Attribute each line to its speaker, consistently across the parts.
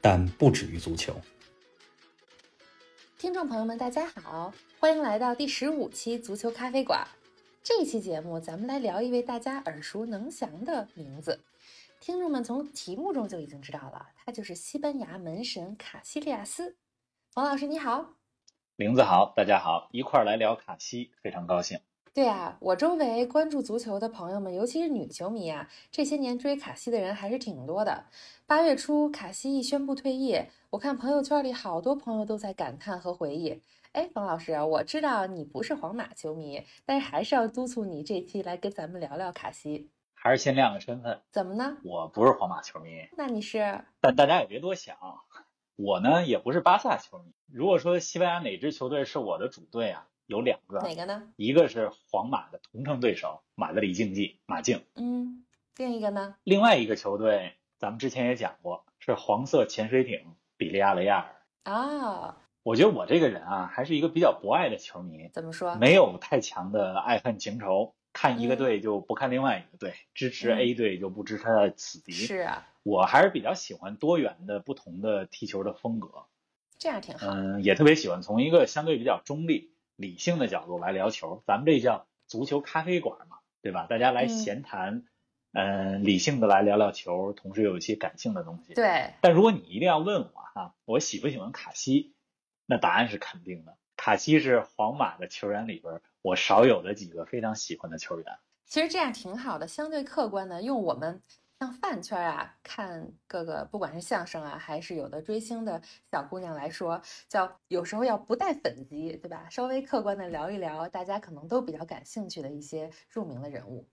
Speaker 1: 但不止于足球。
Speaker 2: 听众朋友们，大家好，欢迎来到第十五期足球咖啡馆。这期节目，咱们来聊一位大家耳熟能详的名字。听众们从题目中就已经知道了，他就是西班牙门神卡西利亚斯。王老师你好，
Speaker 3: 名字好，大家好，一块儿来聊卡西，非常高兴。
Speaker 2: 对啊，我周围关注足球的朋友们，尤其是女球迷啊，这些年追卡西的人还是挺多的。八月初，卡西一宣布退役，我看朋友圈里好多朋友都在感叹和回忆。哎，冯老师啊，我知道你不是皇马球迷，但是还是要督促你这期来跟咱们聊聊卡西，
Speaker 3: 还是先亮个身份，
Speaker 2: 怎么呢？
Speaker 3: 我不是皇马球迷，
Speaker 2: 那你是
Speaker 3: 但大家也别多想。我呢也不是巴萨球迷。如果说西班牙哪支球队是我的主队啊，有两个，
Speaker 2: 哪个呢？
Speaker 3: 一个是皇马的同城对手马德里竞技马竞，
Speaker 2: 嗯，另一个呢？
Speaker 3: 另外一个球队咱们之前也讲过，是黄色潜水艇比利亚雷亚尔。
Speaker 2: 哦，
Speaker 3: 我觉得我这个人啊，还是一个比较博爱的球迷，
Speaker 2: 怎么说？
Speaker 3: 没有太强的爱恨情仇，看一个队就不看另外一个队，支持
Speaker 2: 嗯
Speaker 3: A 队就不支持他的死敌。
Speaker 2: 是啊，
Speaker 3: 我还是比较喜欢多元的不同的踢球的风格，
Speaker 2: 这样挺好。
Speaker 3: 嗯，也特别喜欢从一个相对比较中立、理性的角度来聊球。咱们这叫足球咖啡馆嘛，对吧？大家来
Speaker 2: 嗯
Speaker 3: 闲谈，嗯、理性的来聊聊球，同时有一些感性的东西。
Speaker 2: 对，
Speaker 3: 但如果你一定要问我哈、我喜不喜欢卡西，那答案是肯定的。卡西是皇马的球员里边我少有的几个非常喜欢的球员。
Speaker 2: 其实这样挺好的，相对客观的，用我们像饭圈啊，看各个不管是相声啊，还是有的追星的小姑娘来说，叫有时候要不带粉籍，对吧？稍微客观的聊一聊，大家可能都比较感兴趣的一些著名的人物。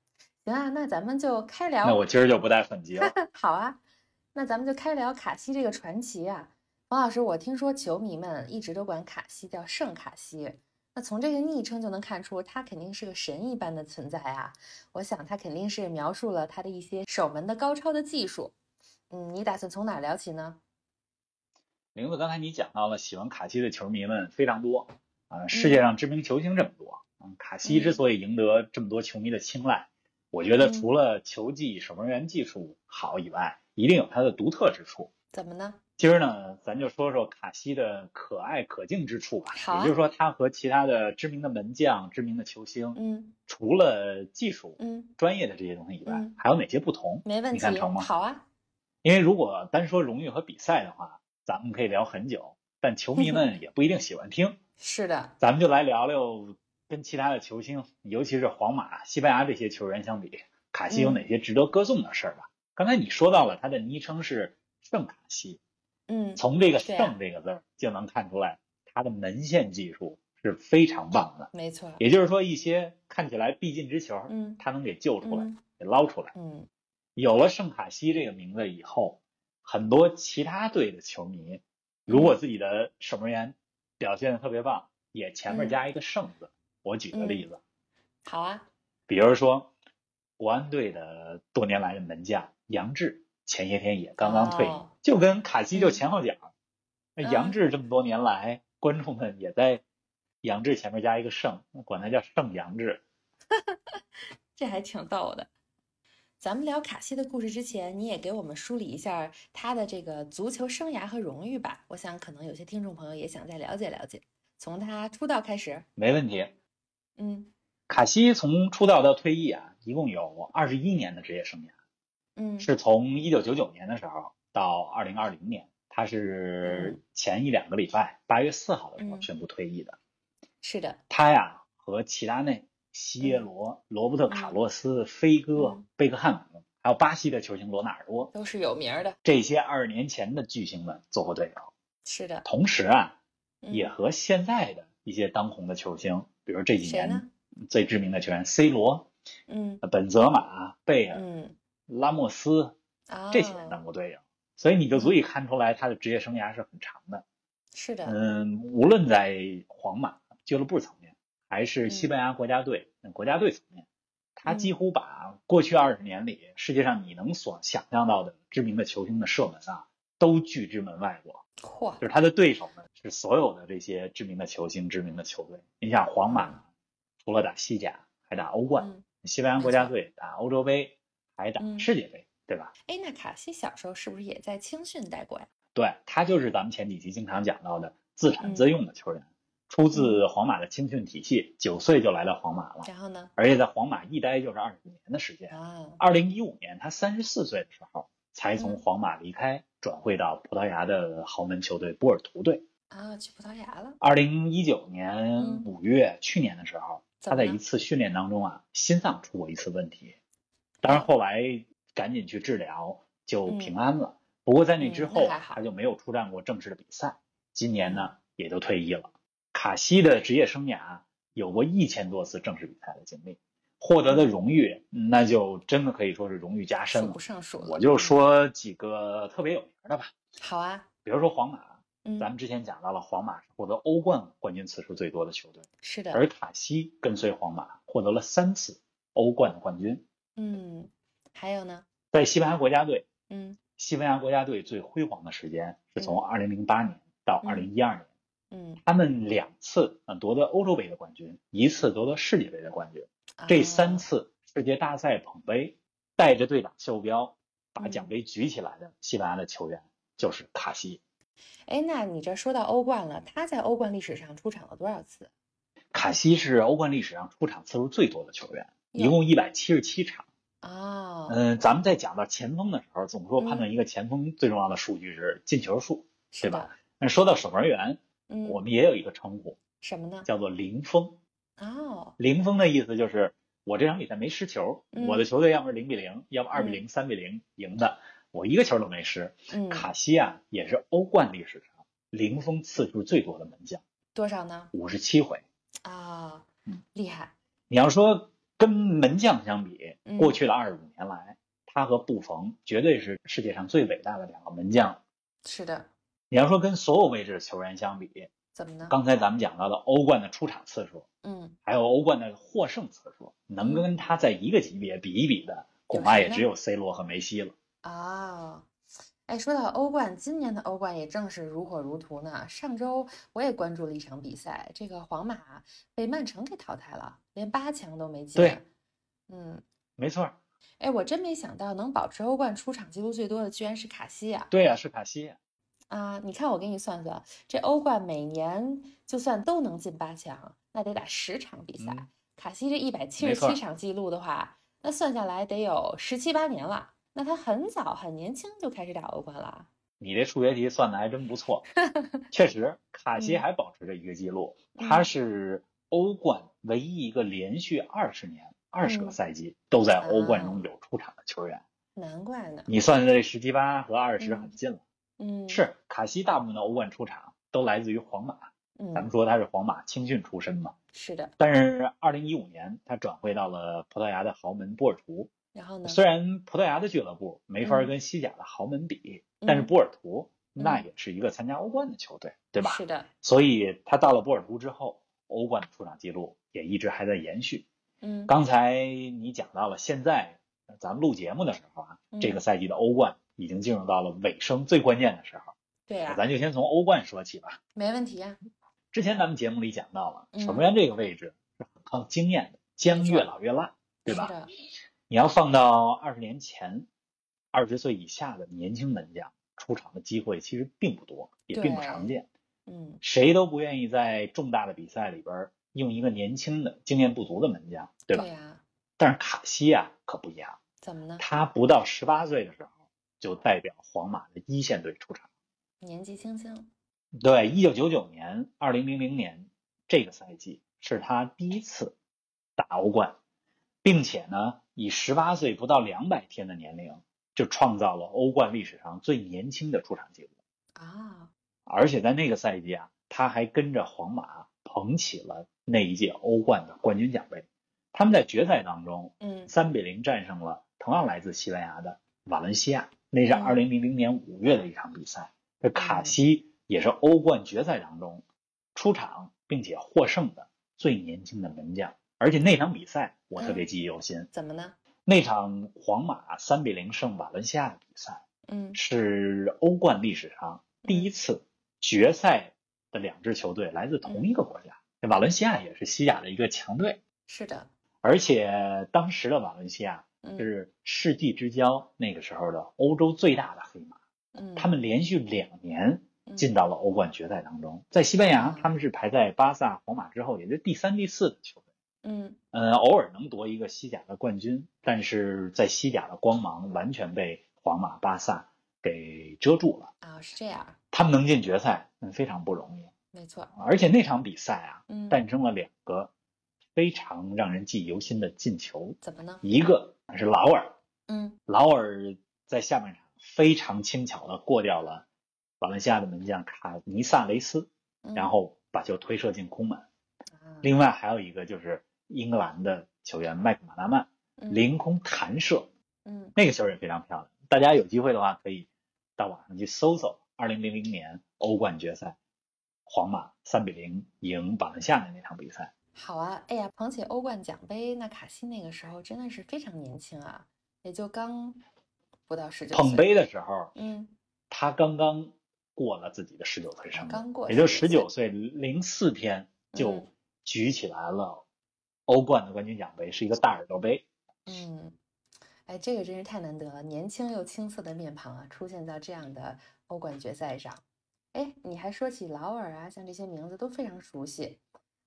Speaker 2: 行啊，那咱们就开聊。
Speaker 3: 那我今儿就不带粉籍了。
Speaker 2: 好啊，那咱们就开聊卡西这个传奇啊。王老师，我听说球迷们一直都管卡西叫圣卡西，那从这个昵称就能看出他肯定是个神一般的存在啊。我想他肯定是描述了他的一些守门的高超的技术。嗯，你打算从哪聊起呢？
Speaker 3: 玲子，刚才你讲到了喜欢卡西的球迷们非常多啊，
Speaker 2: 嗯
Speaker 3: 世界上知名球星这么多，嗯，卡西之所以赢得这么多球迷的青睐，我觉得
Speaker 2: 嗯
Speaker 3: 除了球技、守门员技术好以外，一定有他的独特之处。
Speaker 2: 怎么呢？
Speaker 3: 今儿呢，咱就说说卡西的可爱可敬之处吧。
Speaker 2: 好啊
Speaker 3: 也就是说，他和其他的知名的门将、知名的球星，
Speaker 2: 嗯
Speaker 3: 除了技术、
Speaker 2: 嗯，
Speaker 3: 专业的这些东西以外，
Speaker 2: 嗯
Speaker 3: 还有哪些不同？
Speaker 2: 没问
Speaker 3: 你
Speaker 2: 题
Speaker 3: 看成。吗
Speaker 2: 好啊，
Speaker 3: 因为如果单说荣誉和比赛的话，咱们可以聊很久，但球迷们也不一定喜欢听。
Speaker 2: 是的，
Speaker 3: 咱们就来聊聊跟其他的球星，尤其是皇马、西班牙这些球员相比，卡西
Speaker 2: 嗯
Speaker 3: 有哪些值得歌颂的事儿吧。刚才你说到了他的昵称是圣卡西，
Speaker 2: 嗯，
Speaker 3: 从这个“
Speaker 2: 对
Speaker 3: 圣”这个字儿就能看出来，他的门线技术是非常棒的。
Speaker 2: 没错，
Speaker 3: 也就是说，一些看起来必进之球，
Speaker 2: 嗯
Speaker 3: 他能给救出来
Speaker 2: 嗯，
Speaker 3: 给捞出来。
Speaker 2: 嗯
Speaker 3: 有了圣卡西这个名字以后，很多其他队的球迷，如果自己的守门员表现的特别棒，也
Speaker 2: 嗯
Speaker 3: 前面加一个“圣”字。我举个例子，
Speaker 2: 好啊，
Speaker 3: 比如说国安队的多年来的门将杨志，前些天也刚刚退役，
Speaker 2: 哦
Speaker 3: 就跟卡西就前后脚。那、
Speaker 2: 嗯
Speaker 3: 杨志这么多年来，观众们也在杨志前面加一个“圣”，管他叫圣杨志。
Speaker 2: 这还挺逗的。咱们聊卡西的故事之前，你也给我们梳理一下他的这个足球生涯和荣誉吧。我想可能有些听众朋友也想再了解了解，从他出道开始。
Speaker 3: 没问题。
Speaker 2: 嗯
Speaker 3: 卡西从出道到退役啊，一共有二十一年的职业生涯。
Speaker 2: 嗯
Speaker 3: 是从一九九九年的时候到二零二零年，他是前一两个礼拜，八月四号的时候
Speaker 2: 嗯
Speaker 3: 宣布退役的。
Speaker 2: 是的，
Speaker 3: 他呀和齐达内、西耶罗、罗伯特·卡洛斯、飞哥
Speaker 2: 嗯、
Speaker 3: 贝克汉姆，还有巴西的球星罗纳尔多，
Speaker 2: 都是有名儿的。
Speaker 3: 这些二十年前的巨星们做过队友。
Speaker 2: 是的，
Speaker 3: 同时啊，
Speaker 2: 嗯
Speaker 3: 也和现在的一些当红的球星，比如这几
Speaker 2: 谁
Speaker 3: 年
Speaker 2: 呢
Speaker 3: 最知名的球员 C 罗、
Speaker 2: 嗯
Speaker 3: 本泽马、贝尔、
Speaker 2: 嗯 哦
Speaker 3: 拉莫斯
Speaker 2: 啊，
Speaker 3: 这些人当过队友。所以你就足以看出来他的职业生涯是很长的。
Speaker 2: 是的，
Speaker 3: 嗯，无论在皇马俱乐部层面，还是西班牙国家队、嗯国家队层面，他
Speaker 2: 嗯
Speaker 3: 几乎把过去二十年里世界上你能所想象到的知名的球星的射门啊，都拒之门外过。
Speaker 2: 嚯，
Speaker 3: 就是他的对手呢是所有的这些知名的球星、知名的球队。你想皇马，除了打西甲，还打欧冠；
Speaker 2: 嗯，
Speaker 3: 西班牙国家队打欧洲杯，还打
Speaker 2: 嗯
Speaker 3: 世界杯，对吧？
Speaker 2: 哎，那卡西小时候是不是也在青训待过呀？
Speaker 3: 对，他就是咱们前几集经常讲到的自
Speaker 2: 嗯
Speaker 3: 产自用的球员，出自皇马的青训体系，九岁就来到皇马了，
Speaker 2: 然后呢？
Speaker 3: 而且在皇马一待就是二十五年的时间。
Speaker 2: 啊，
Speaker 3: 二零一五年，他三十四岁的时候才
Speaker 2: 嗯
Speaker 3: 从皇马离开，转会到葡萄牙的豪门球队波尔图队。
Speaker 2: 啊，去葡萄牙了，
Speaker 3: 二零一九
Speaker 2: 嗯
Speaker 3: 年五月，去年的时候，
Speaker 2: 怎
Speaker 3: 他
Speaker 2: 么
Speaker 3: 在
Speaker 2: 了
Speaker 3: 一次训练当中啊，心脏出过一次问题，当然后来赶紧去治疗，就平安了。不过在那之
Speaker 2: 嗯
Speaker 3: 后
Speaker 2: 那还，好嗯
Speaker 3: 他就没有出战过正式的比赛。今年呢，也就退役了。卡西的职业生涯有过一千多次正式比赛的经历，获得的荣誉那就真的可以说是荣誉加身
Speaker 2: 数
Speaker 3: 了
Speaker 2: 嗯不。胜数了。
Speaker 3: 我就
Speaker 2: 嗯，
Speaker 3: 说几个特别有名的吧，
Speaker 2: 好啊，
Speaker 3: 比如说皇马，
Speaker 2: 嗯，
Speaker 3: 咱们之前讲到了，皇马是获得欧冠冠军次数最多的球队，
Speaker 2: 是的，
Speaker 3: 而卡西跟随皇马获得了三次欧冠冠军。
Speaker 2: 嗯，还有呢，
Speaker 3: 在西班牙国家队，
Speaker 2: 嗯
Speaker 3: 西班牙国家队最辉煌的时间是从
Speaker 2: 嗯
Speaker 3: 2008年到
Speaker 2: 嗯
Speaker 3: 2012年，
Speaker 2: 嗯，
Speaker 3: 他们两次嗯夺得欧洲杯的冠军，一次夺得世界杯的冠军，
Speaker 2: 啊
Speaker 3: 这三次世界大赛捧杯，带着队长袖标把
Speaker 2: 嗯
Speaker 3: 奖杯举起来的西班牙的球员就是卡西。
Speaker 2: 哎，那你这说到欧冠了，他在欧冠历史上出场了多少次？
Speaker 3: 卡西是欧冠历史上出场次数最多的球员，一
Speaker 2: 哟
Speaker 3: 共一百七十七场。
Speaker 2: 啊，
Speaker 3: 嗯，咱们在讲到前锋的时候，总说判
Speaker 2: 嗯
Speaker 3: 断一个前锋最重要的数据是进球数。
Speaker 2: 是
Speaker 3: 吧
Speaker 2: 的？
Speaker 3: 那说到守门员，
Speaker 2: 嗯，
Speaker 3: 我们也有一个称呼
Speaker 2: 什么呢？
Speaker 3: 叫做零封。
Speaker 2: 哦，
Speaker 3: 零封的意思就是我这场比赛没失球，
Speaker 2: 嗯
Speaker 3: 我的球队要么零比零，要么二比零、三比零赢的，我一个球都没失。
Speaker 2: 嗯，
Speaker 3: 卡西啊，也是欧冠历史上零封次数最多的门将，
Speaker 2: 多少呢？
Speaker 3: 五十七回。
Speaker 2: 啊
Speaker 3: 嗯，
Speaker 2: 厉害，
Speaker 3: 你要说跟门将相比
Speaker 2: 嗯，
Speaker 3: 过去的二十五年来，他和布冯绝对是世界上最伟大的两个门将。
Speaker 2: 是的，
Speaker 3: 你要说跟所有位置的球员相比，
Speaker 2: 怎么呢？
Speaker 3: 刚才咱们讲到的欧冠的出场次数，
Speaker 2: 嗯，
Speaker 3: 还有欧冠的获胜次数，能跟他在一个级别比一比的，恐怕也只有 C 罗和梅西了。
Speaker 2: 啊，哎，说到欧冠，今年的欧冠也正是如火如荼呢。上周我也关注了一场比赛，这个皇马被曼城给淘汰了，连八强都没进。
Speaker 3: 对，
Speaker 2: 嗯，
Speaker 3: 没错儿，
Speaker 2: 哎，我真没想到能保持欧冠出场记录最多的居然是卡西呀！
Speaker 3: 对呀、是卡西。
Speaker 2: 啊，你看我给你算算，这欧冠每年就算都能进八强，那得打十场比赛。
Speaker 3: 嗯
Speaker 2: 卡西这一百七
Speaker 3: 没
Speaker 2: 十
Speaker 3: 错
Speaker 2: 七场记录的话，那算下来得有十七八年了。那他很早很年轻就开始打欧冠了。
Speaker 3: 你这数学题算的还真 不错，确实，卡西还保持着一个记录，
Speaker 2: 嗯
Speaker 3: 他是欧冠唯一一个连续二十年、二十
Speaker 2: 嗯
Speaker 3: 个赛季都在欧冠
Speaker 2: 啊
Speaker 3: 中有出场的球员。
Speaker 2: 难怪呢，
Speaker 3: 你算算这十七八和二十
Speaker 2: 嗯
Speaker 3: 很近了。
Speaker 2: 嗯，，
Speaker 3: 是卡西大部分的欧冠出场都来自于皇马，咱们
Speaker 2: 嗯，
Speaker 3: 说他是皇马青训出身嘛。
Speaker 2: 是的。
Speaker 3: 但是二零一五年他转会到了葡萄牙的豪门波尔图，
Speaker 2: 然后呢？
Speaker 3: 虽然葡萄牙的俱乐部没法
Speaker 2: 嗯
Speaker 3: 跟西甲的豪门比，但是
Speaker 2: 嗯
Speaker 3: 波尔图那
Speaker 2: 嗯
Speaker 3: 也是一个参加欧冠的球队，对吧？
Speaker 2: 是的，
Speaker 3: 所以他到了波尔图之后，欧冠的出场记录也一直还在延续。
Speaker 2: 嗯，
Speaker 3: 刚才你讲到了，现在呃咱们录节目的时候啊，这
Speaker 2: 嗯
Speaker 3: 个赛季的欧冠已经进入到了尾声，最关键的时候，
Speaker 2: 对啊呀，
Speaker 3: 咱就先从欧冠说起吧。
Speaker 2: 没问题呀。
Speaker 3: 之前咱们节目里讲到了，
Speaker 2: 嗯
Speaker 3: 守门员这个位置是很靠经验
Speaker 2: 没
Speaker 3: 的，姜
Speaker 2: 错
Speaker 3: 越老越辣，对
Speaker 2: 是
Speaker 3: 吧？
Speaker 2: 的，
Speaker 3: 你要放到二十年前，二十岁以下的年轻门将出场的机会其实并不多，也并不常
Speaker 2: 对
Speaker 3: 见。
Speaker 2: 嗯，
Speaker 3: 谁都不愿意在重大的比赛里边儿用一个年轻的、经验不足的门将，对吧？
Speaker 2: 呀，
Speaker 3: 但是卡西啊可不一样，
Speaker 2: 怎么呢？
Speaker 3: 他不到十八岁的时候就代表皇马的一线队出场。
Speaker 2: 年纪轻轻，
Speaker 3: 对，一九九九年、二零零零年这个赛季是他第一次打欧冠，并且呢，以十八岁不到两百天的年龄就创造了欧冠历史上最年轻的出场记录。
Speaker 2: 啊，
Speaker 3: 而且在那个赛季啊，他还跟着皇马捧起了那一届欧冠的冠军奖杯。他们在决赛当中
Speaker 2: 嗯，
Speaker 3: 三比零战胜了同样来自西班牙的瓦伦西亚，那是
Speaker 2: 嗯
Speaker 3: 二零零零年五月的一场比赛。这卡西也是欧冠决赛当中出场并且获胜的最年轻的门将，而且那场比赛我特别记忆犹新。
Speaker 2: 怎么呢？
Speaker 3: 那场皇马三比零胜瓦伦西亚的比赛
Speaker 2: 嗯
Speaker 3: 是欧冠历史上第一次决赛的两支球队来自同一个国家。瓦伦西亚也是西甲的一个强队，
Speaker 2: 是的，
Speaker 3: 而且当时的瓦伦西亚
Speaker 2: 嗯，
Speaker 3: 是世纪之交那个时候的欧洲最大的黑马。
Speaker 2: 嗯，
Speaker 3: 他们连续两年
Speaker 2: 嗯
Speaker 3: 进到了欧冠决赛当中，在西班牙他们是排在巴萨、皇马之后，也就是第三、第四的球队。
Speaker 2: 嗯
Speaker 3: 呃，偶尔能夺一个西甲的冠军，但是在西甲的光芒完全被皇马、巴萨给遮住了。
Speaker 2: 啊是这样，
Speaker 3: 他们能进决赛，嗯，非常不容易。
Speaker 2: 没错，
Speaker 3: 而且那场比赛啊，
Speaker 2: 嗯，
Speaker 3: 诞生了两个非常让人记忆犹新的进球，
Speaker 2: 怎么呢？
Speaker 3: 一个是劳尔，
Speaker 2: 嗯
Speaker 3: 劳尔在下半场非常轻巧的过掉了瓦伦西亚的门将卡尼萨雷斯，
Speaker 2: 嗯，
Speaker 3: 然后把球推射进空门。
Speaker 2: 啊
Speaker 3: 另外还有一个就是英格兰的球员麦克马纳曼。
Speaker 2: 嗯
Speaker 3: 凌空弹射，
Speaker 2: 嗯
Speaker 3: 那个球也非常漂亮。大家有机会的话，可以到网上去搜搜二零零零年欧冠决赛，皇马三比零赢瓦伦西亚的那场比赛。
Speaker 2: 好啊，哎呀，捧起欧冠奖杯，那卡西那个时候真的是非常年轻啊，也就刚不到十九岁，
Speaker 3: 捧杯的时候，
Speaker 2: 嗯
Speaker 3: 他刚刚过了自己的十九岁生日，
Speaker 2: 刚过
Speaker 3: 也就
Speaker 2: 19
Speaker 3: 十
Speaker 2: 岁
Speaker 3: 九岁零四天就
Speaker 2: 嗯
Speaker 3: 举起来了欧冠的冠军奖杯，是一个大耳朵杯。
Speaker 2: 嗯，哎，这个真是太难得了，年轻又青涩的面庞啊，出现在这样的欧冠决赛上。哎，你还说起劳尔啊，像这些名字都非常熟悉。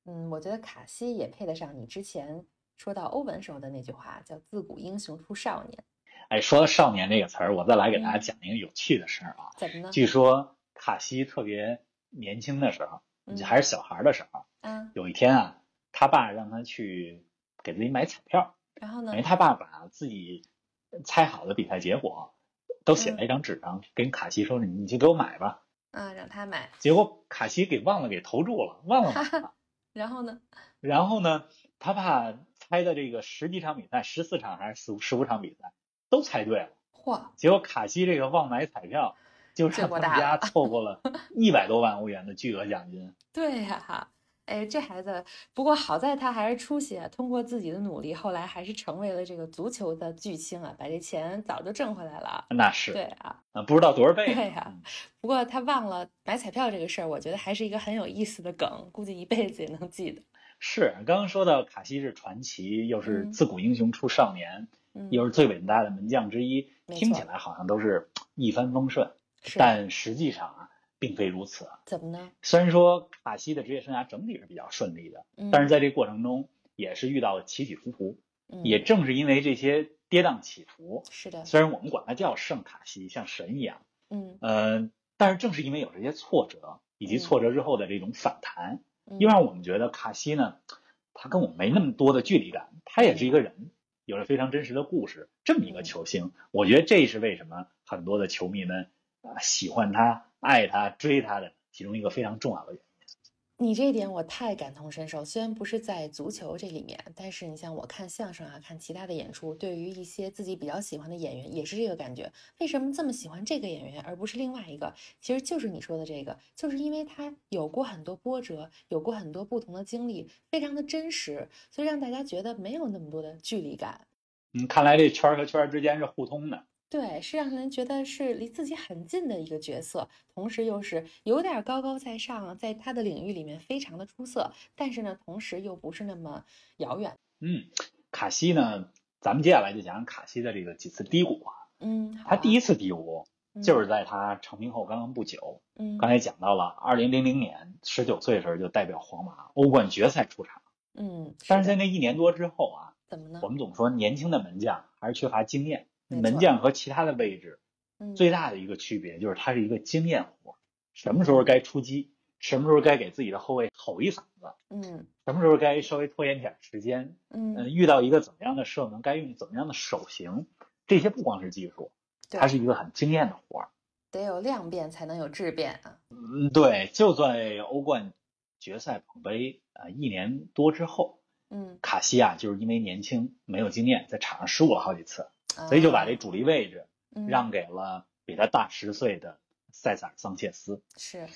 Speaker 2: 嗯，我觉得卡西也配得上你之前说到欧文时候的那句话，叫“自古英雄出少年
Speaker 3: 哎，说到少年这个词儿，我再来给大家
Speaker 2: 嗯
Speaker 3: 讲一个有趣的事儿啊”。。
Speaker 2: 怎么呢？
Speaker 3: 据说卡西特别年轻的时候，
Speaker 2: 嗯
Speaker 3: 还是小孩儿的时候，
Speaker 2: 啊，
Speaker 3: 有一天啊，他爸让他去给自己买彩票，
Speaker 2: 然后呢
Speaker 3: 等于？他爸把自己猜好的比赛结果都写
Speaker 2: 嗯
Speaker 3: 在一张纸上，跟卡西说：“你去给我买吧。
Speaker 2: 啊，让他买。”
Speaker 3: 结果卡西给忘了给投注了，忘了 买了。
Speaker 2: 然后呢？
Speaker 3: 然后呢，他爸猜的这个十几场比赛，十四场还是十十五场比赛都猜对了，
Speaker 2: 嚯，
Speaker 3: 结果卡西这个忘买彩票。就
Speaker 2: 结
Speaker 3: 让
Speaker 2: 果
Speaker 3: 他们
Speaker 2: 大
Speaker 3: 家
Speaker 2: 了
Speaker 3: 凑 过了一百多万欧元的巨额奖金，
Speaker 2: 对呀、哎，这孩子，不过好在他还是出息啊，通过自己的努力，后来还是成为了这个足球的巨星啊，把这钱早就挣回来了。
Speaker 3: 那是
Speaker 2: 对啊，
Speaker 3: 啊，不知道多少倍呢。
Speaker 2: 对呀
Speaker 3: 嗯
Speaker 2: 不过他忘了买彩票这个事儿，我觉得还是一个很有意思的梗，估计一辈子也能记得。
Speaker 3: 是，刚刚说到卡西是传奇，又是
Speaker 2: 嗯
Speaker 3: 自古英雄出少年，
Speaker 2: 嗯，
Speaker 3: 又是最伟大的门将之一，
Speaker 2: 没
Speaker 3: 听
Speaker 2: 错
Speaker 3: 起来好像都是一帆风顺，
Speaker 2: 是
Speaker 3: 但实际上啊，并非如此。
Speaker 2: 怎么呢？
Speaker 3: 虽然说卡西的职业生涯整体是比较顺利的，
Speaker 2: 嗯，
Speaker 3: 但是在这过程中也是遇到了起起伏伏。
Speaker 2: 嗯
Speaker 3: 也正是因为这些跌宕起伏，
Speaker 2: 是的，
Speaker 3: 虽然我们管他叫圣卡西，像神一样，
Speaker 2: 嗯，
Speaker 3: 呃，但是正是因为有这些挫折，以及
Speaker 2: 嗯
Speaker 3: 挫折之后的这种反弹，
Speaker 2: 嗯
Speaker 3: 又让我们觉得卡西呢，他跟我没那么多的距离感，他也是一个人，有着非常真实的故事，这么一个
Speaker 2: 嗯
Speaker 3: 球星，我觉得这是为什么很多的球迷们啊喜欢他、爱他、追他的其中一个非常重要的原因。
Speaker 2: 你这一点我太感同身受，虽然不是在足球这里面，但是你像我看相声啊，看其他的演出，对于一些自己比较喜欢的演员也是这个感觉。为什么这么喜欢这个演员，而不是另外一个？其实就是你说的这个，就是因为他有过很多波折，有过很多不同的经历，非常的真实，所以让大家觉得没有那么多的距离感。
Speaker 3: 嗯，看来这圈儿和圈儿之间是互通的。
Speaker 2: 对，是让人觉得是离自己很近的一个角色，同时又是有点儿高高在上，在他的领域里面非常的出色，但是呢，同时又不是那么遥远。
Speaker 3: 嗯，卡西呢，咱们接下来就讲讲卡西的这个几次低谷啊。
Speaker 2: 嗯，
Speaker 3: 他第
Speaker 2: 一
Speaker 3: 一次低谷就是在他成名后刚刚不久，
Speaker 2: 嗯
Speaker 3: 刚才讲到了，二零零零年十九岁的时候就代表皇马欧冠决赛出场。
Speaker 2: 嗯，
Speaker 3: 但是
Speaker 2: 的
Speaker 3: 在那一年多之后啊，
Speaker 2: 怎么呢
Speaker 3: 我？们总说年轻的门将还是缺乏经验。
Speaker 2: 没错
Speaker 3: 门将和其他的位置
Speaker 2: 嗯
Speaker 3: 最大的一个区别就是他是一个经验活，什么时候该出击，什么时候该给自己的后卫吼一嗓子，
Speaker 2: 嗯
Speaker 3: 什么时候该稍微拖延点时间，嗯，
Speaker 2: 嗯，
Speaker 3: 遇到一个怎么样的射门该用怎么样的手型，这些不光是技术，
Speaker 2: 对
Speaker 3: 它是一个很经验的活儿。
Speaker 2: 得有量变才能有质变啊。
Speaker 3: 嗯，对，就在欧冠决赛捧杯啊、呃一年多之后，
Speaker 2: 嗯，
Speaker 3: 卡西啊就是因为年轻没有经验，在场上失误了好几次，所以就把这主力位置
Speaker 2: 嗯
Speaker 3: 让给了比他大十岁的塞萨尔·桑切斯。
Speaker 2: 是，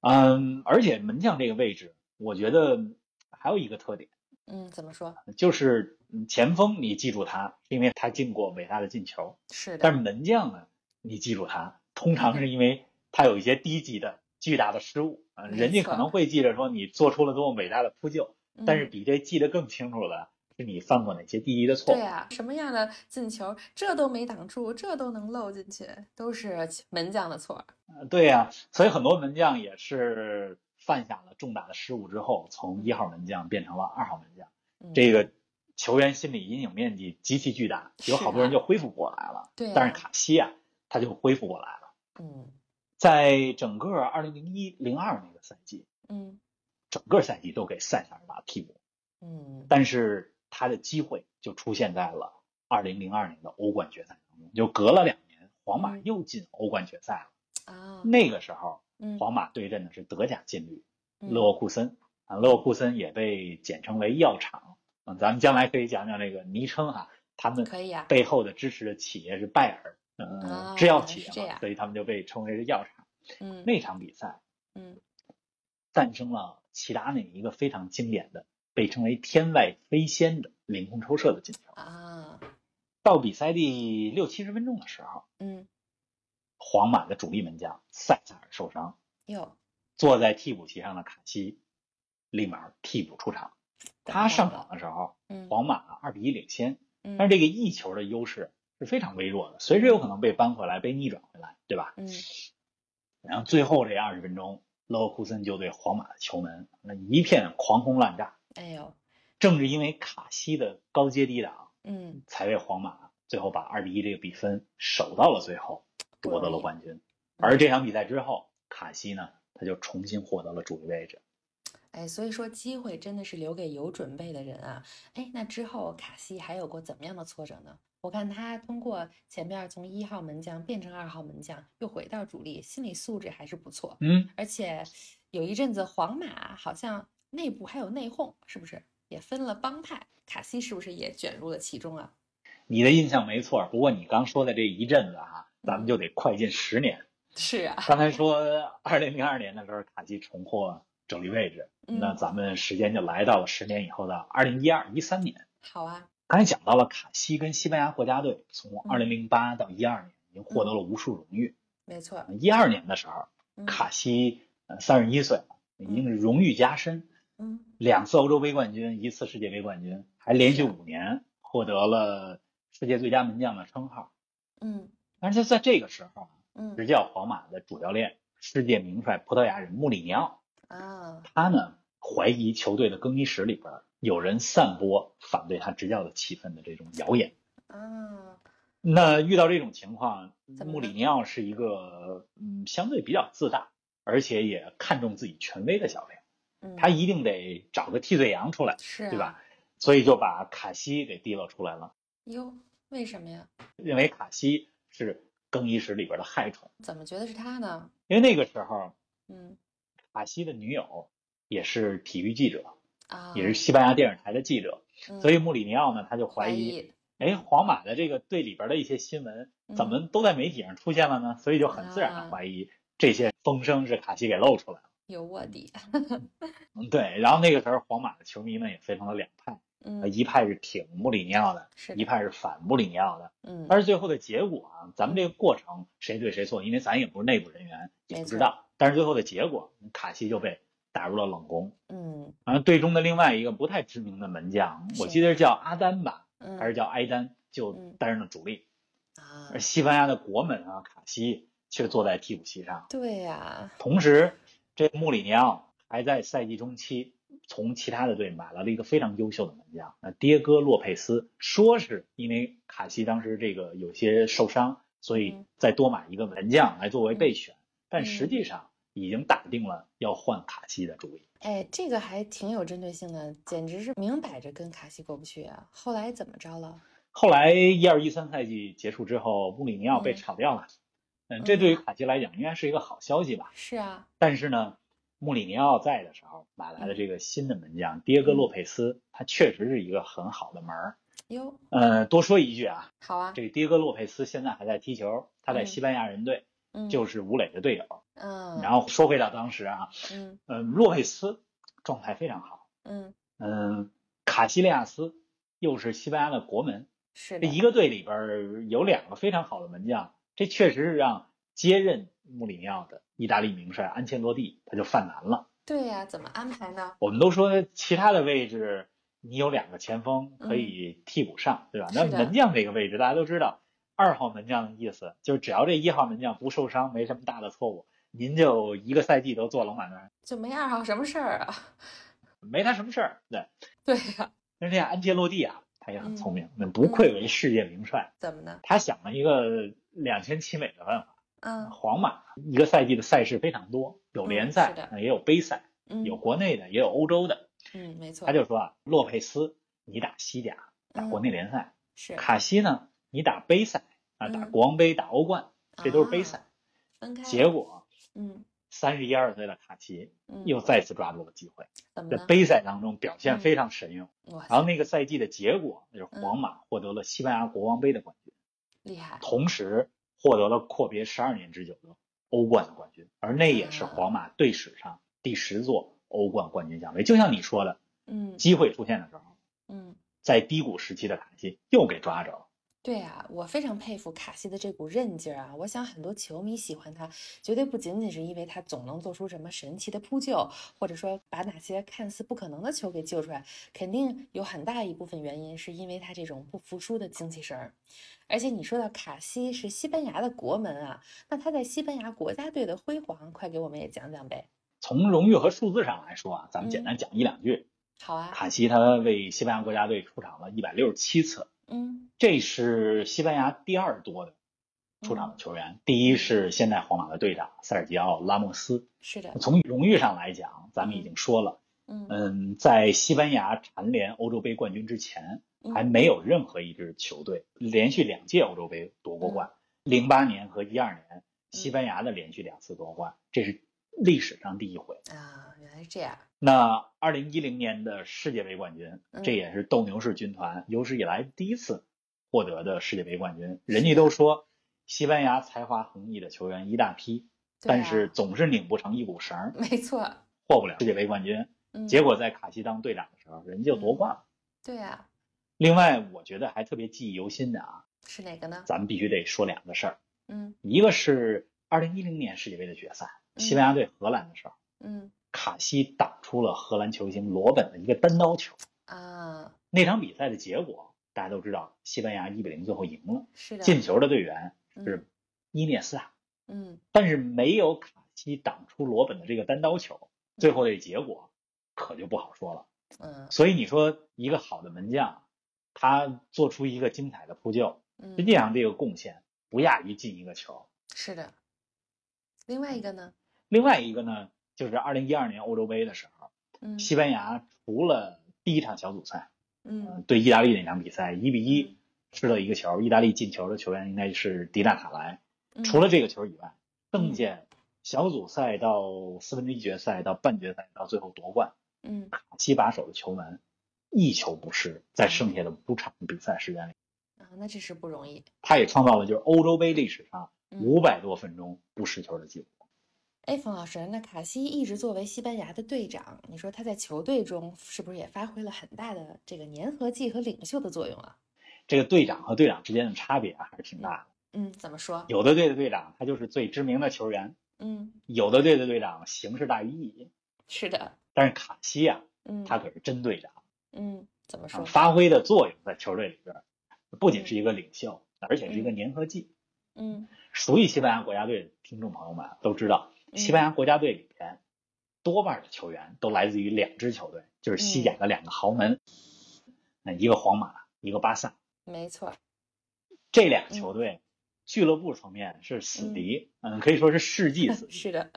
Speaker 3: 嗯，而且门将这个位置，我觉得还有一个特点，
Speaker 2: 嗯，怎么说？
Speaker 3: 就是嗯前锋你记住他，是因为他进过伟大的进球；
Speaker 2: 是
Speaker 3: 但
Speaker 2: 的，
Speaker 3: 是门将呢，你记住他，通常是因为他有一些低级的巨大的失误。啊，
Speaker 2: 没
Speaker 3: 人家
Speaker 2: 错
Speaker 3: 可能会记着说你做出了多么伟大的扑救，但是
Speaker 2: 嗯
Speaker 3: 比这记得更清楚的是你犯过哪些低级的错误
Speaker 2: 对。啊，什么样的进球，这都没挡住，这都能漏进去，都是门将的错儿。
Speaker 3: 对呀、所以很多门将也是犯下了重大的失误之后，从一号门将变成了二号门将，
Speaker 2: 嗯，
Speaker 3: 这个球员心理阴影面积极其巨大，有好多人就恢复不过来了。
Speaker 2: 啊对啊
Speaker 3: 但是卡西啊，他就恢复过来了。
Speaker 2: 嗯
Speaker 3: 在整个二零零一零二那个赛季，
Speaker 2: 嗯
Speaker 3: 整个赛季都给塞萨尔打替补，
Speaker 2: 嗯，
Speaker 3: 但是他的机会就出现在了二零零二年的欧冠决赛当中，就隔了两年，皇马
Speaker 2: 嗯
Speaker 3: 又进欧冠决赛了。
Speaker 2: 啊，
Speaker 3: 那个时候，
Speaker 2: 嗯
Speaker 3: 皇马对阵的是德甲劲旅。
Speaker 2: 嗯
Speaker 3: 勒沃库森啊，勒沃库森也被简称为药厂。嗯，咱们将来可以讲讲这个昵称啊，他们
Speaker 2: 可以啊，
Speaker 3: 背后的支持的企业是拜耳，嗯、
Speaker 2: 哦
Speaker 3: 制药企
Speaker 2: 是这
Speaker 3: 业嘛，
Speaker 2: 样
Speaker 3: 所以他们就被称为是药厂。
Speaker 2: 嗯
Speaker 3: 那场比赛
Speaker 2: 嗯
Speaker 3: 诞生了齐达内一个非常经典的，被称为“天外飞仙”的凌空抽射的进球。
Speaker 2: 啊
Speaker 3: 到比赛第六七十分钟的时候，
Speaker 2: 嗯
Speaker 3: 皇马的主力门将塞萨尔受伤，
Speaker 2: 哟，
Speaker 3: 坐在替补席上的卡西立马替补出场。他上场的时候，
Speaker 2: 嗯
Speaker 3: 皇马二比一领先，
Speaker 2: 嗯，
Speaker 3: 但是这个一球的优势是非常微弱的，随时有可能被扳回来、被逆转回来，对吧？
Speaker 2: 嗯
Speaker 3: 然后最后这二十分钟，勒沃库森就对皇马的球门那一片狂轰滥炸。
Speaker 2: 哎呦
Speaker 3: 正是因为卡西的高接低挡，
Speaker 2: 嗯
Speaker 3: 才为皇马最后把二比一这个比分守到了最后，夺得了冠军。而这场比赛之后，卡西呢，他就重新获得了主力位置。
Speaker 2: 哎，所以说机会真的是留给有准备的人啊。哎，那之后卡西还有过怎么样的挫折呢？我看他通过前边儿从一号门将变成二号门将，又回到主力，心理素质还是不错。
Speaker 3: 嗯，
Speaker 2: 而且有一阵子皇马好像内部还有内讧，是不是也分了帮派？卡西是不是也卷入了其中啊？
Speaker 3: 你的印象没错。不过你刚说的这一阵子啊，咱们就得快进十年。
Speaker 2: 是啊，
Speaker 3: 刚才说二零零二年的时候，卡西重获主力位置，
Speaker 2: 嗯，
Speaker 3: 那咱们时间就来到了十年以后的二零一二一三年。
Speaker 2: 好啊，
Speaker 3: 刚才讲到了卡西跟西班牙国家队从二零零八到一二年已经获得了无数荣誉。
Speaker 2: 没错儿，
Speaker 3: 一二年的时候，
Speaker 2: 嗯
Speaker 3: 卡西呃三十一岁了，已经是荣誉加身，
Speaker 2: 嗯
Speaker 3: 两次欧洲杯冠军，一次世界杯冠军，还连续五年获得了世界最佳门将的称号。
Speaker 2: 嗯
Speaker 3: 但是就在这个时候啊，
Speaker 2: 嗯
Speaker 3: 执教皇马的主教练世界名帅葡萄牙人穆里尼奥。
Speaker 2: 啊，
Speaker 3: 他呢怀疑球队的更衣室里边有人散播反对他执教的气氛的这种谣言。
Speaker 2: 啊，
Speaker 3: 那遇到这种情况，
Speaker 2: 怎么办
Speaker 3: 穆里尼奥是一个嗯相对比较自大，而且也看重自己权威的教练，
Speaker 2: 嗯，
Speaker 3: 他一定得找个替罪羊出来，
Speaker 2: 是啊
Speaker 3: 对吧？所以就把卡西给提溜出来了，
Speaker 2: 哟，为什么呀？
Speaker 3: 认为卡西是更衣室里边的害虫，
Speaker 2: 怎么觉得是他呢？
Speaker 3: 因为那个时候
Speaker 2: 嗯
Speaker 3: 卡西的女友也是体育记者，
Speaker 2: 啊，
Speaker 3: 也是西班牙电视台的记者，
Speaker 2: 嗯，
Speaker 3: 所以穆里尼奥呢他就
Speaker 2: 怀
Speaker 3: 怀疑哎，皇马的这个队里边的一些新闻怎么都在媒体上出现了呢？所以就很自
Speaker 2: 嗯
Speaker 3: 然
Speaker 2: 啊
Speaker 3: 的怀疑这些风声是卡西给露出来了。
Speaker 2: 有卧底，
Speaker 3: 嗯，对。然后那个时候，皇马的球迷呢也非常的两派，呃
Speaker 2: 嗯，
Speaker 3: 一派是挺穆里尼奥的，
Speaker 2: 是的，
Speaker 3: 一派是反穆里尼奥的。
Speaker 2: 嗯，
Speaker 3: 但是最后的结果啊，咱们这个过程谁对谁错，因为咱也不是内部人员，也
Speaker 2: 没
Speaker 3: 不知
Speaker 2: 错
Speaker 3: 道。但是最后的结果，卡西就被打入了冷宫。
Speaker 2: 嗯
Speaker 3: 然后队中的另外一个不太知名的门将，我
Speaker 2: 是
Speaker 3: 记得是叫阿丹吧，
Speaker 2: 嗯，
Speaker 3: 还是叫埃丹，就
Speaker 2: 嗯
Speaker 3: 担任了主力。
Speaker 2: 啊
Speaker 3: 而，西班牙的国门啊，卡西却坐在替补席上。
Speaker 2: 对呀，
Speaker 3: 同时，这穆里尼奥还在赛季中期从其他的队买来了一个非常优秀的门将，呃，迭戈·洛佩斯。说是因为卡西当时这个有些受伤，所以
Speaker 2: 嗯
Speaker 3: 再多买一个门将来作为备选，但实
Speaker 2: 嗯
Speaker 3: 际上已经打定了要换卡西的主意。
Speaker 2: 哎，这个还挺有针对性的，简直是明摆着跟卡西过不去啊。后来怎么着了？
Speaker 3: 后来一二一三赛季结束之后，穆里尼奥被
Speaker 2: 嗯
Speaker 3: 炒掉了。嗯，这
Speaker 2: 嗯
Speaker 3: 对于卡西来讲应该是一个好消息吧？
Speaker 2: 是啊，
Speaker 3: 但是呢，穆里尼奥在的时候买来的这个新的门将迭戈·洛佩斯，他确实是一个很好的门儿，
Speaker 2: 哟，
Speaker 3: 呃，多说一句啊，
Speaker 2: 好啊，
Speaker 3: 这个迭戈·洛佩斯现在还在踢球，他在
Speaker 2: 嗯
Speaker 3: 西班牙人队，
Speaker 2: 嗯，
Speaker 3: 就是吴磊的队友。
Speaker 2: 嗯，
Speaker 3: 然后说回到当时啊，
Speaker 2: 嗯
Speaker 3: 呃，洛佩斯状态非常好，
Speaker 2: 嗯，
Speaker 3: 嗯，卡西利亚斯又是西班牙的国门，
Speaker 2: 是
Speaker 3: 这
Speaker 2: 的，
Speaker 3: 一个队里边儿有两个非常好的门将，这确实是让接任穆里尼奥的意大利名帅安切洛蒂他就犯难了。
Speaker 2: 对呀、怎么安排呢？
Speaker 3: 我们都说其他的位置，你有两个前锋可以替补上，对吧？
Speaker 2: 嗯
Speaker 3: 那
Speaker 2: 是的
Speaker 3: 门将这个位置大家都知道，二号门将的意思就是只要这一号门将不受伤，没什么大的错误，您就一个赛季都坐龙马那儿，
Speaker 2: 就没二号什么事儿啊？
Speaker 3: 没他什么事儿。对，
Speaker 2: 对呀、
Speaker 3: 但是这样安切洛蒂啊，他也很聪
Speaker 2: 嗯
Speaker 3: 明，那不愧为世界名帅，
Speaker 2: 怎么呢？
Speaker 3: 他想了一个两全其美的办法。
Speaker 2: 嗯
Speaker 3: 皇马一个赛季的赛事非常多，有联
Speaker 2: 嗯
Speaker 3: 赛
Speaker 2: 是的，
Speaker 3: 呃也有杯赛，
Speaker 2: 嗯，
Speaker 3: 有国内的，也有欧洲的。
Speaker 2: 嗯，没错，
Speaker 3: 他就说啊，洛佩斯你打西甲，打
Speaker 2: 嗯
Speaker 3: 国内联赛；
Speaker 2: 是
Speaker 3: 卡西呢，你打杯赛啊，打
Speaker 2: 嗯
Speaker 3: 国王杯、打欧冠，这都是杯
Speaker 2: 啊
Speaker 3: 赛。
Speaker 2: 分开
Speaker 3: 结
Speaker 2: 了，
Speaker 3: 果
Speaker 2: 嗯
Speaker 3: 三十一二岁的卡奇
Speaker 2: 嗯，
Speaker 3: 又再次抓住了机会，
Speaker 2: 怎么
Speaker 3: 在
Speaker 2: 呢？
Speaker 3: 杯赛当中表现
Speaker 2: 嗯
Speaker 3: 非常神勇。
Speaker 2: 哇
Speaker 3: 然后
Speaker 2: 塞
Speaker 3: 那个赛季的结果就是
Speaker 2: 嗯
Speaker 3: 皇马获得了西班牙国王杯的冠军，
Speaker 2: 厉害，
Speaker 3: 同时获得了阔别十二年之久的欧冠的冠军，而那也是
Speaker 2: 啊
Speaker 3: 皇马队史上第十座欧冠冠军奖杯。就像你说的，
Speaker 2: 嗯
Speaker 3: 机会出现的时候。
Speaker 2: 嗯，
Speaker 3: 在低谷时期的卡西又给抓着了。
Speaker 2: 对啊，我非常佩服卡西的这股韧劲儿啊！我想很多球迷喜欢他，绝对不仅仅是因为他总能做出什么神奇的扑救，或者说把哪些看似不可能的球给救出来，肯定有很大一部分原因是因为他这种不服输的精气神儿。而且你说到卡西是西班牙的国门啊，那他在西班牙国家队的辉煌，快给我们也讲讲呗。
Speaker 3: 从荣誉和数字上来说啊，咱们简
Speaker 2: 嗯
Speaker 3: 单讲一两句。
Speaker 2: 好啊，
Speaker 3: 卡西他为西班牙国家队出场了一百六十七次，
Speaker 2: 嗯
Speaker 3: 这是西班牙第二多的出场的球员，第一是现在皇马的队长塞尔吉奥·拉莫斯。
Speaker 2: 是的，
Speaker 3: 从荣誉上来讲，咱们已经说了，
Speaker 2: 嗯
Speaker 3: 嗯，在西班牙蝉联欧洲杯冠军之前，还
Speaker 2: 嗯
Speaker 3: 没有任何一支球队连续两届欧洲杯夺过冠，
Speaker 2: 嗯
Speaker 3: 零八年和一二年西班牙的连续两次夺冠，这是历史上第一回。
Speaker 2: 啊，原来是这样，
Speaker 3: 那二零一零年的世界杯冠军，
Speaker 2: 嗯
Speaker 3: 这也是斗牛士军团有史以来第一次获得的世界杯冠军。人家都说西班牙才华横溢的球员一大批，
Speaker 2: 对
Speaker 3: 但
Speaker 2: 啊
Speaker 3: 是总是拧不成一股绳儿，
Speaker 2: 没错，
Speaker 3: 获不了世界杯冠军。
Speaker 2: 嗯，
Speaker 3: 结果在卡西当队长的时候，人家就夺冠了。
Speaker 2: 对啊，
Speaker 3: 另外，我觉得还特别记忆犹新的啊，
Speaker 2: 是哪个呢？
Speaker 3: 咱们必须得说两个事儿，
Speaker 2: 嗯
Speaker 3: 一个是二零一零年世界杯的决赛，
Speaker 2: 嗯
Speaker 3: 西班牙对荷兰的时候，
Speaker 2: 嗯
Speaker 3: 卡西挡出了荷兰球星罗本的一个单刀球。
Speaker 2: 啊，
Speaker 3: 那场比赛的结果大家都知道，西班牙一比零最后赢了，
Speaker 2: 是的，
Speaker 3: 进球的队员是
Speaker 2: 嗯
Speaker 3: 伊涅斯塔，
Speaker 2: 嗯
Speaker 3: 但是没有卡西挡出罗本的这个单刀球，最后这结果可就不好说了。
Speaker 2: 嗯
Speaker 3: 所以你说一个好的门将，他做出一个精彩的扑救，
Speaker 2: 嗯，
Speaker 3: 实际上这个贡献不亚于进一个球。
Speaker 2: 是的。另外一个呢？
Speaker 3: 另外一个呢，就是二零一二年欧洲杯的时候，
Speaker 2: 嗯
Speaker 3: 西班牙除了第一场小组赛，呃
Speaker 2: 嗯
Speaker 3: 对意大利那场比赛一比
Speaker 2: 嗯
Speaker 3: 一吃了一个球，意大利进球的球员应该是迪纳塔莱。
Speaker 2: 嗯
Speaker 3: 除了这个球以外，剩下小组赛到四分之一决赛到半决赛到最后夺冠，
Speaker 2: 嗯
Speaker 3: 卡西把守的球门一球不失，在剩下的五场比赛时间里，
Speaker 2: 啊，那这是不容易。
Speaker 3: 他也创造了就是欧洲杯历史上
Speaker 2: 嗯
Speaker 3: 五百多分钟不失球的记录。
Speaker 2: 哎，冯老师，那卡西一直作为西班牙的队长，你说他在球队中是不是也发挥了很大的这个粘合剂和领袖的作用啊？
Speaker 3: 这个队长和队长之间的差别啊还是挺大的。
Speaker 2: 嗯，怎么说？
Speaker 3: 有的队的队长他就是最知名的球员，
Speaker 2: 嗯，
Speaker 3: 有的队的队长形式大于意义。
Speaker 2: 是的，
Speaker 3: 但是卡西啊，
Speaker 2: 嗯，
Speaker 3: 他可是真队长，
Speaker 2: 嗯，怎么
Speaker 3: 啊
Speaker 2: 说？
Speaker 3: 发挥的作用在球队里边儿，不仅是一个领袖，而且是一个粘合剂。
Speaker 2: 嗯
Speaker 3: 熟悉西班牙国家队的听众朋友们啊都知道，
Speaker 2: 嗯
Speaker 3: 西班牙国家队里边多半的球员都来自于两支球队，就是西甲的两个豪门，那一个皇马，一个巴萨。
Speaker 2: 嗯没错儿，
Speaker 3: 这两个
Speaker 2: 嗯
Speaker 3: 球队俱乐部层面是死敌，嗯，可以说是世纪死敌。
Speaker 2: 是的，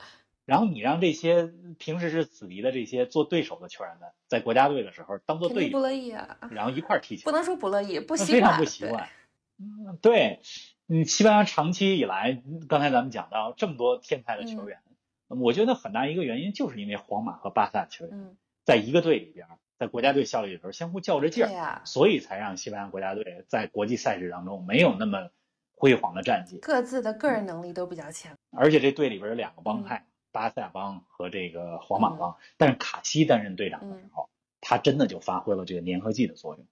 Speaker 3: 然后你让这些平时是死敌的这些做对手的球员们，在国家队的时候当做
Speaker 2: 肯
Speaker 3: 队
Speaker 2: 定不
Speaker 3: 友，
Speaker 2: 乐意啊，
Speaker 3: 然后一块儿踢球
Speaker 2: 不，能说不乐意，不
Speaker 3: 那
Speaker 2: 习
Speaker 3: 非常
Speaker 2: 惯，
Speaker 3: 不习
Speaker 2: 对
Speaker 3: 惯。嗯，对，嗯，西班牙长期以来，嗯刚才咱们讲到这么多天才的球
Speaker 2: 嗯
Speaker 3: 员，我觉得很大一个原因就是因为皇马和巴萨球员
Speaker 2: 嗯
Speaker 3: 在一个队里边在国家队效力的时候相互较着劲
Speaker 2: 对
Speaker 3: 儿，
Speaker 2: 呀、
Speaker 3: 所以才让西班牙国家队在国际赛事当中没有那么辉煌的战绩。
Speaker 2: 各自的个人能力都比较强。
Speaker 3: 而且这队里边有两个
Speaker 2: 嗯
Speaker 3: 帮派，巴萨帮和这个皇马帮。但是卡西担任队长的时
Speaker 2: 嗯
Speaker 3: 候，他真的就发挥了这个粘合剂的作用。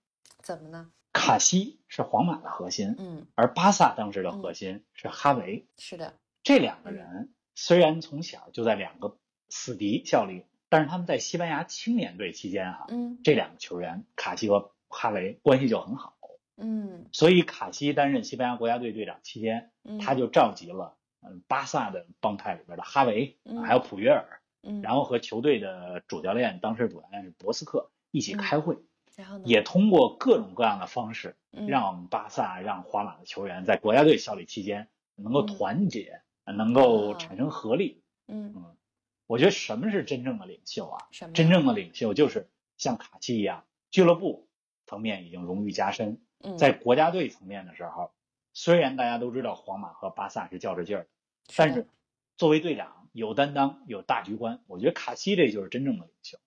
Speaker 2: 怎么呢？
Speaker 3: 卡西是皇马的核心，
Speaker 2: 嗯，
Speaker 3: 而巴萨当时的核心是哈维。
Speaker 2: 是的，
Speaker 3: 这两个人虽然从小就在两个死敌效力，但是他们在西班牙青年队期间哈、
Speaker 2: 嗯
Speaker 3: 这两个球员卡西和哈维关系就很好。
Speaker 2: 嗯
Speaker 3: 所以卡西担任西班牙国家队队长期间，
Speaker 2: 嗯，
Speaker 3: 他就召集了嗯巴萨的帮派里边的哈维，
Speaker 2: 嗯
Speaker 3: 还有普约尔，
Speaker 2: 嗯，
Speaker 3: 然后和球队的主教练，当时主教练是博斯克一
Speaker 2: 嗯
Speaker 3: 起开会，
Speaker 2: 然后呢？
Speaker 3: 也通过各种各样的方式，
Speaker 2: 嗯
Speaker 3: 让巴萨、让皇马的球员在国家队效力期间能够团结，能够产生合力。
Speaker 2: 嗯
Speaker 3: 我觉得什么是真正的领袖啊？
Speaker 2: 什么呀
Speaker 3: 真正的领袖就是像卡西一样，俱乐部层面已经荣誉加深，
Speaker 2: 嗯
Speaker 3: 在国家队层面的时候，虽然大家都知道皇马和巴萨是较着劲儿的，
Speaker 2: 是
Speaker 3: 但
Speaker 2: 的
Speaker 3: 是作为队长有担当、有大局观，我觉得卡西这就是真正的领袖。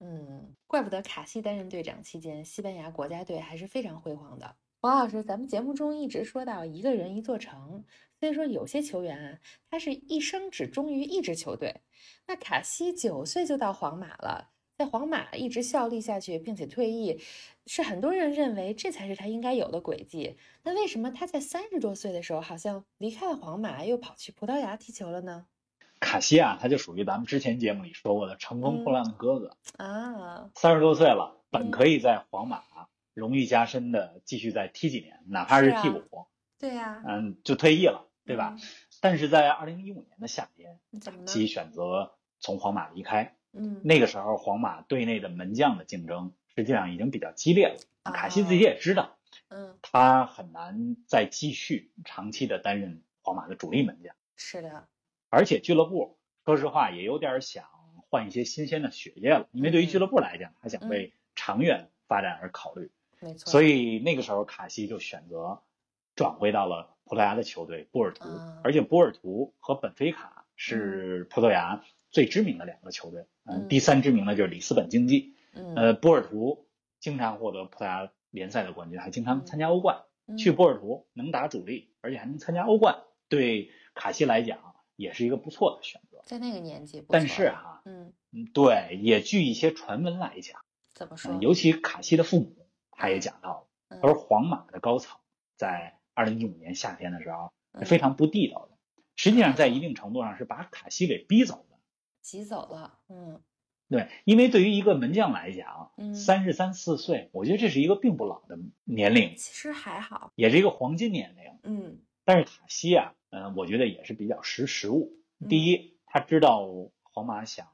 Speaker 2: 嗯，怪不得卡西担任队长期间，西班牙国家队还是非常辉煌的。王老师，咱们节目中一直说到一个人一座城，所以说有些球员啊，他是一生只忠于一支球队。那卡西九岁就到皇马了，在皇马一直效力下去，并且退役，是很多人认为这才是他应该有的轨迹。那为什么他在三十多岁的时候，好像离开了皇马，又跑去葡萄牙踢球了呢？
Speaker 3: 卡西啊，他就属于咱们之前节目里说过的乘风破浪
Speaker 2: 嗯
Speaker 3: 的哥哥，
Speaker 2: 啊，
Speaker 3: 三十、多岁了，
Speaker 2: 嗯
Speaker 3: 本可以在皇马荣誉加深的继续再踢几年，哪怕是
Speaker 2: 是啊
Speaker 3: 替补，
Speaker 2: 对呀、
Speaker 3: 嗯，就退役了，对吧？但是在二零一五年的夏天，
Speaker 2: 嗯？怎么呢
Speaker 3: 自？己选择从皇马离开。
Speaker 2: 嗯，
Speaker 3: 那个时候，皇马队内的门将的竞争实际上已经比较激烈了。
Speaker 2: 啊
Speaker 3: 卡西自己也知道，
Speaker 2: 嗯，
Speaker 3: 他很难再继续长期的担任皇马的主力门将，
Speaker 2: 是的。
Speaker 3: 而且俱乐部说实话也有点想换一些新鲜的血液了，因为对于
Speaker 2: 嗯
Speaker 3: 俱乐部来讲，他想为长远发展而考虑，
Speaker 2: 没错，
Speaker 3: 所
Speaker 2: 以
Speaker 3: 以那个时候卡西就选择转回到了葡萄牙的球队波尔图
Speaker 2: 啊，
Speaker 3: 而且波尔图和本菲卡是葡萄牙最知名的两个球队，
Speaker 2: 嗯
Speaker 3: 嗯，第三知名的就是里斯本竞技，
Speaker 2: 嗯
Speaker 3: 呃，波尔图经常获得葡萄牙联赛的冠军，还经常参加欧冠。去
Speaker 2: 嗯
Speaker 3: 波尔图能打主力，而且还能参加欧冠，对卡西来讲也是一个不错的选择。
Speaker 2: 在那个年纪不错了，
Speaker 3: 但是哈、
Speaker 2: 嗯，
Speaker 3: 嗯，对，也据一些传闻来讲，
Speaker 2: 怎么
Speaker 3: 嗯
Speaker 2: 说？
Speaker 3: 尤其卡西的父母他也讲到了，
Speaker 2: 嗯
Speaker 3: 他说皇马的高层在二零一五年夏天的时候
Speaker 2: 嗯
Speaker 3: 是非常不地道的，实际上在一定程度上是把卡西给逼走的。
Speaker 2: 急走了，嗯
Speaker 3: 对，因为对于一个门将来讲，
Speaker 2: 嗯，
Speaker 3: 三十三四岁，我觉得这是一个并不老的年龄，
Speaker 2: 其实还好，
Speaker 3: 也是一个黄金年龄。
Speaker 2: 嗯
Speaker 3: 但是卡西啊，嗯、我觉得也是比较识时务。
Speaker 2: 嗯
Speaker 3: 第一，他知道皇马想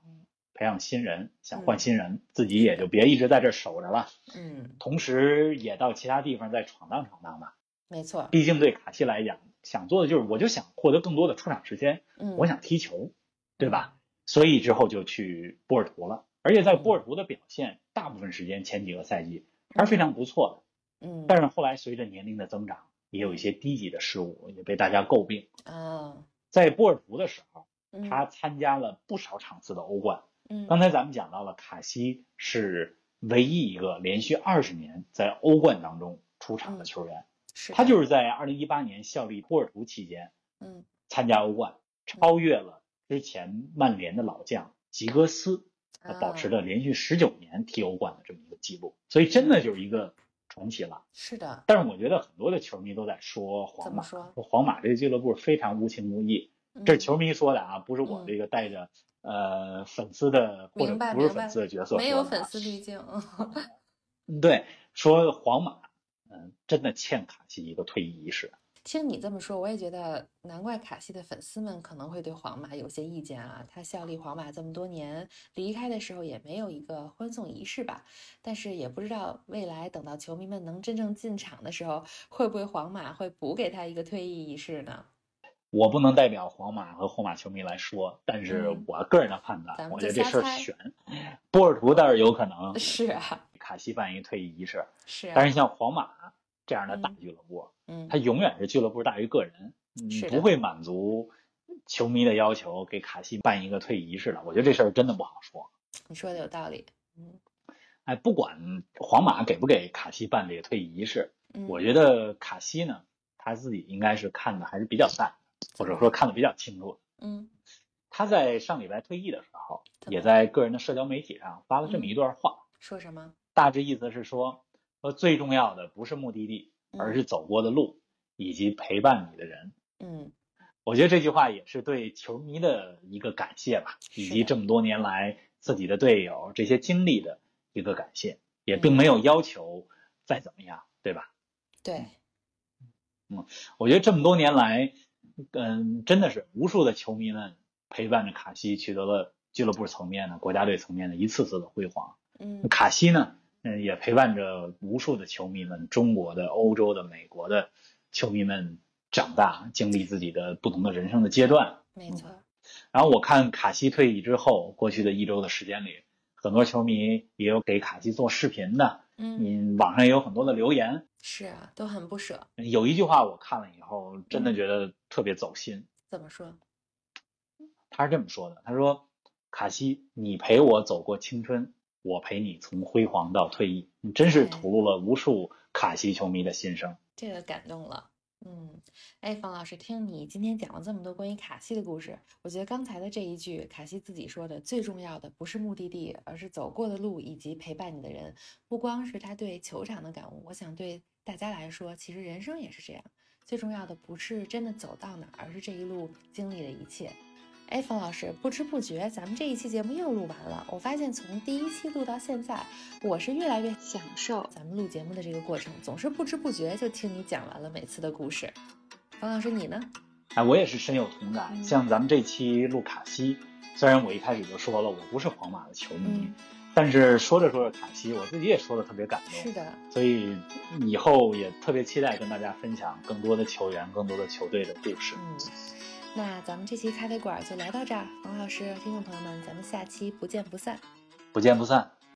Speaker 3: 培养新人，想换新人，自己也就别一直在这儿守着了。
Speaker 2: 嗯，
Speaker 3: 同时，也到其他地方再闯荡闯荡吧。
Speaker 2: 没错，
Speaker 3: 毕竟对卡西来讲，想做的就是，我就想获得更多的出场时间，
Speaker 2: 嗯，
Speaker 3: 我想踢球，对吧？所以之后就去波尔图了。而且在波尔图的表现，大部分时间前几个赛季还是非常不错的。
Speaker 2: 嗯，
Speaker 3: 但是后来随着年龄的增长，也有一些低级的失误，也被大家诟病。
Speaker 2: 啊，
Speaker 3: 在波尔图的时候，
Speaker 2: 嗯
Speaker 3: 他参加了不少场次的欧冠。
Speaker 2: 嗯
Speaker 3: 刚才咱们讲到了，卡西是唯一一个连续二十年在欧冠当中出
Speaker 2: 嗯
Speaker 3: 场的球员。
Speaker 2: 是
Speaker 3: 他
Speaker 2: 的
Speaker 3: 就是在二零一八年效力波尔图期间
Speaker 2: 嗯
Speaker 3: 参加欧冠，超越了之前曼联的老将吉格斯，
Speaker 2: 啊
Speaker 3: 保持了连续十九年踢欧冠的这么一个记录。所以真的就是一个重启了。
Speaker 2: 是的，
Speaker 3: 但是我觉得很多的球迷都在说
Speaker 2: 怎
Speaker 3: 皇
Speaker 2: 么
Speaker 3: 马，
Speaker 2: 说
Speaker 3: 说皇马这个俱乐部非常无情无义。这
Speaker 2: 嗯
Speaker 3: 是球迷说的啊，不是我
Speaker 2: 嗯
Speaker 3: 这个带着呃粉丝的或者
Speaker 2: 明白
Speaker 3: 不是
Speaker 2: 明白
Speaker 3: 粉丝的角色
Speaker 2: 没
Speaker 3: 说
Speaker 2: 有
Speaker 3: 的
Speaker 2: 粉
Speaker 3: 啊
Speaker 2: 丝滤镜，
Speaker 3: 对说皇马嗯真的欠卡西一个退役仪式，
Speaker 2: 听你这么说，我也觉得难怪卡西的粉丝们可能会对皇马有些意见啊。他效力皇马这么多年，离开的时候也没有一个欢送仪式吧？但是也不知道未来等到球迷们能真正进场的时候，会不会皇马会补给他一个退役仪式呢？
Speaker 3: 我不能代表皇马和皇马球迷来说，但是
Speaker 2: 嗯
Speaker 3: 我个人的判
Speaker 2: 咱
Speaker 3: 断，
Speaker 2: 们
Speaker 3: 我
Speaker 2: 就
Speaker 3: 觉得这
Speaker 2: 瞎
Speaker 3: 事儿
Speaker 2: 猜
Speaker 3: 悬。波尔图倒是有可能
Speaker 2: 是啊，
Speaker 3: 卡西办一个退役仪式，
Speaker 2: 是
Speaker 3: 但
Speaker 2: 啊，
Speaker 3: 是像皇马这样的大
Speaker 2: 嗯
Speaker 3: 俱乐部，
Speaker 2: 嗯
Speaker 3: 他，永远是俱乐部大于个人，嗯
Speaker 2: 是，的
Speaker 3: 不会满足球迷的要求，给卡西办一个退役仪式的。我觉得这事儿真的不好说。
Speaker 2: 你说的有道理。嗯
Speaker 3: 哎，不管皇马给不给卡西办这个退役仪式，
Speaker 2: 嗯
Speaker 3: 我觉得卡西呢，他自己应该是看的还是比较淡，或者说看的比较清楚。
Speaker 2: 嗯，
Speaker 3: 他在上礼拜退役的时候，
Speaker 2: 怎么
Speaker 3: 也在个人的社交媒体上发了
Speaker 2: 嗯
Speaker 3: 这么一段话，
Speaker 2: 说什么？
Speaker 3: 大致意思是说，呃，最重要的不是目的地，而是走过的路以及陪伴你的人。
Speaker 2: 嗯
Speaker 3: 我觉得这句话也是对球迷的一个感谢吧，
Speaker 2: 是的
Speaker 3: 以及这么多年来自己的队友这些经历的一个感谢，也
Speaker 2: 嗯
Speaker 3: 并没有要求再怎么样，对吧？
Speaker 2: 对，
Speaker 3: 我觉得这么多年来，嗯，真的是无数的球迷们陪伴着卡西取得了俱乐部层面的、国家队层面的一次次的辉煌。
Speaker 2: 嗯
Speaker 3: 卡西呢，嗯，也陪伴着无数的球迷们，中国的、欧洲的、美国的球迷们长大，经历自己的不同的人生的阶段。
Speaker 2: 没错，
Speaker 3: 然后我看卡西退役之后，过去的一周的时间里，很多球迷也有给卡西做视频的，
Speaker 2: 嗯
Speaker 3: 嗯，网上也有很多的留言。
Speaker 2: 是啊，都很不舍。
Speaker 3: 有一句话我看了以后，真的觉得特别走心。
Speaker 2: 怎么说？
Speaker 3: 他是这么说的：“他说，卡西，你陪我走过青春，我陪你从辉煌到退役，你真是吐露了无数卡西球迷的心声。
Speaker 2: 这个感动了。嗯，哎，方老师，听你今天讲了这么多关于卡西的故事，我觉得刚才的这一句，卡西自己说的，最重要的不是目的地，而是走过的路以及陪伴你的人，不光是他对球场的感悟，我想对大家来说，其实人生也是这样，最重要的不是真的走到哪儿，而是这一路经历的一切。哎，方老师，不知不觉咱们这一期节目又录完了，我发现从第一期录到现在，我是越来越享受咱们录节目的这个过程，总是不知不觉就听你讲完了每次的故事。方老师，你呢？
Speaker 3: 哎，我也是深有同感。
Speaker 2: 嗯
Speaker 3: 像咱们这期录卡西，虽然我一开始就说了我不是皇马的球迷，
Speaker 2: 嗯
Speaker 3: 但是说着说着卡西，我自己也说的特别感动。
Speaker 2: 是的，
Speaker 3: 所以以后也特别期待跟大家分享更多的球员、更多的球队的故事。
Speaker 2: 嗯，那咱们这期咖啡馆就聊到这儿，方老师、听众朋友们，咱们下期不见不散。
Speaker 3: 不见不散。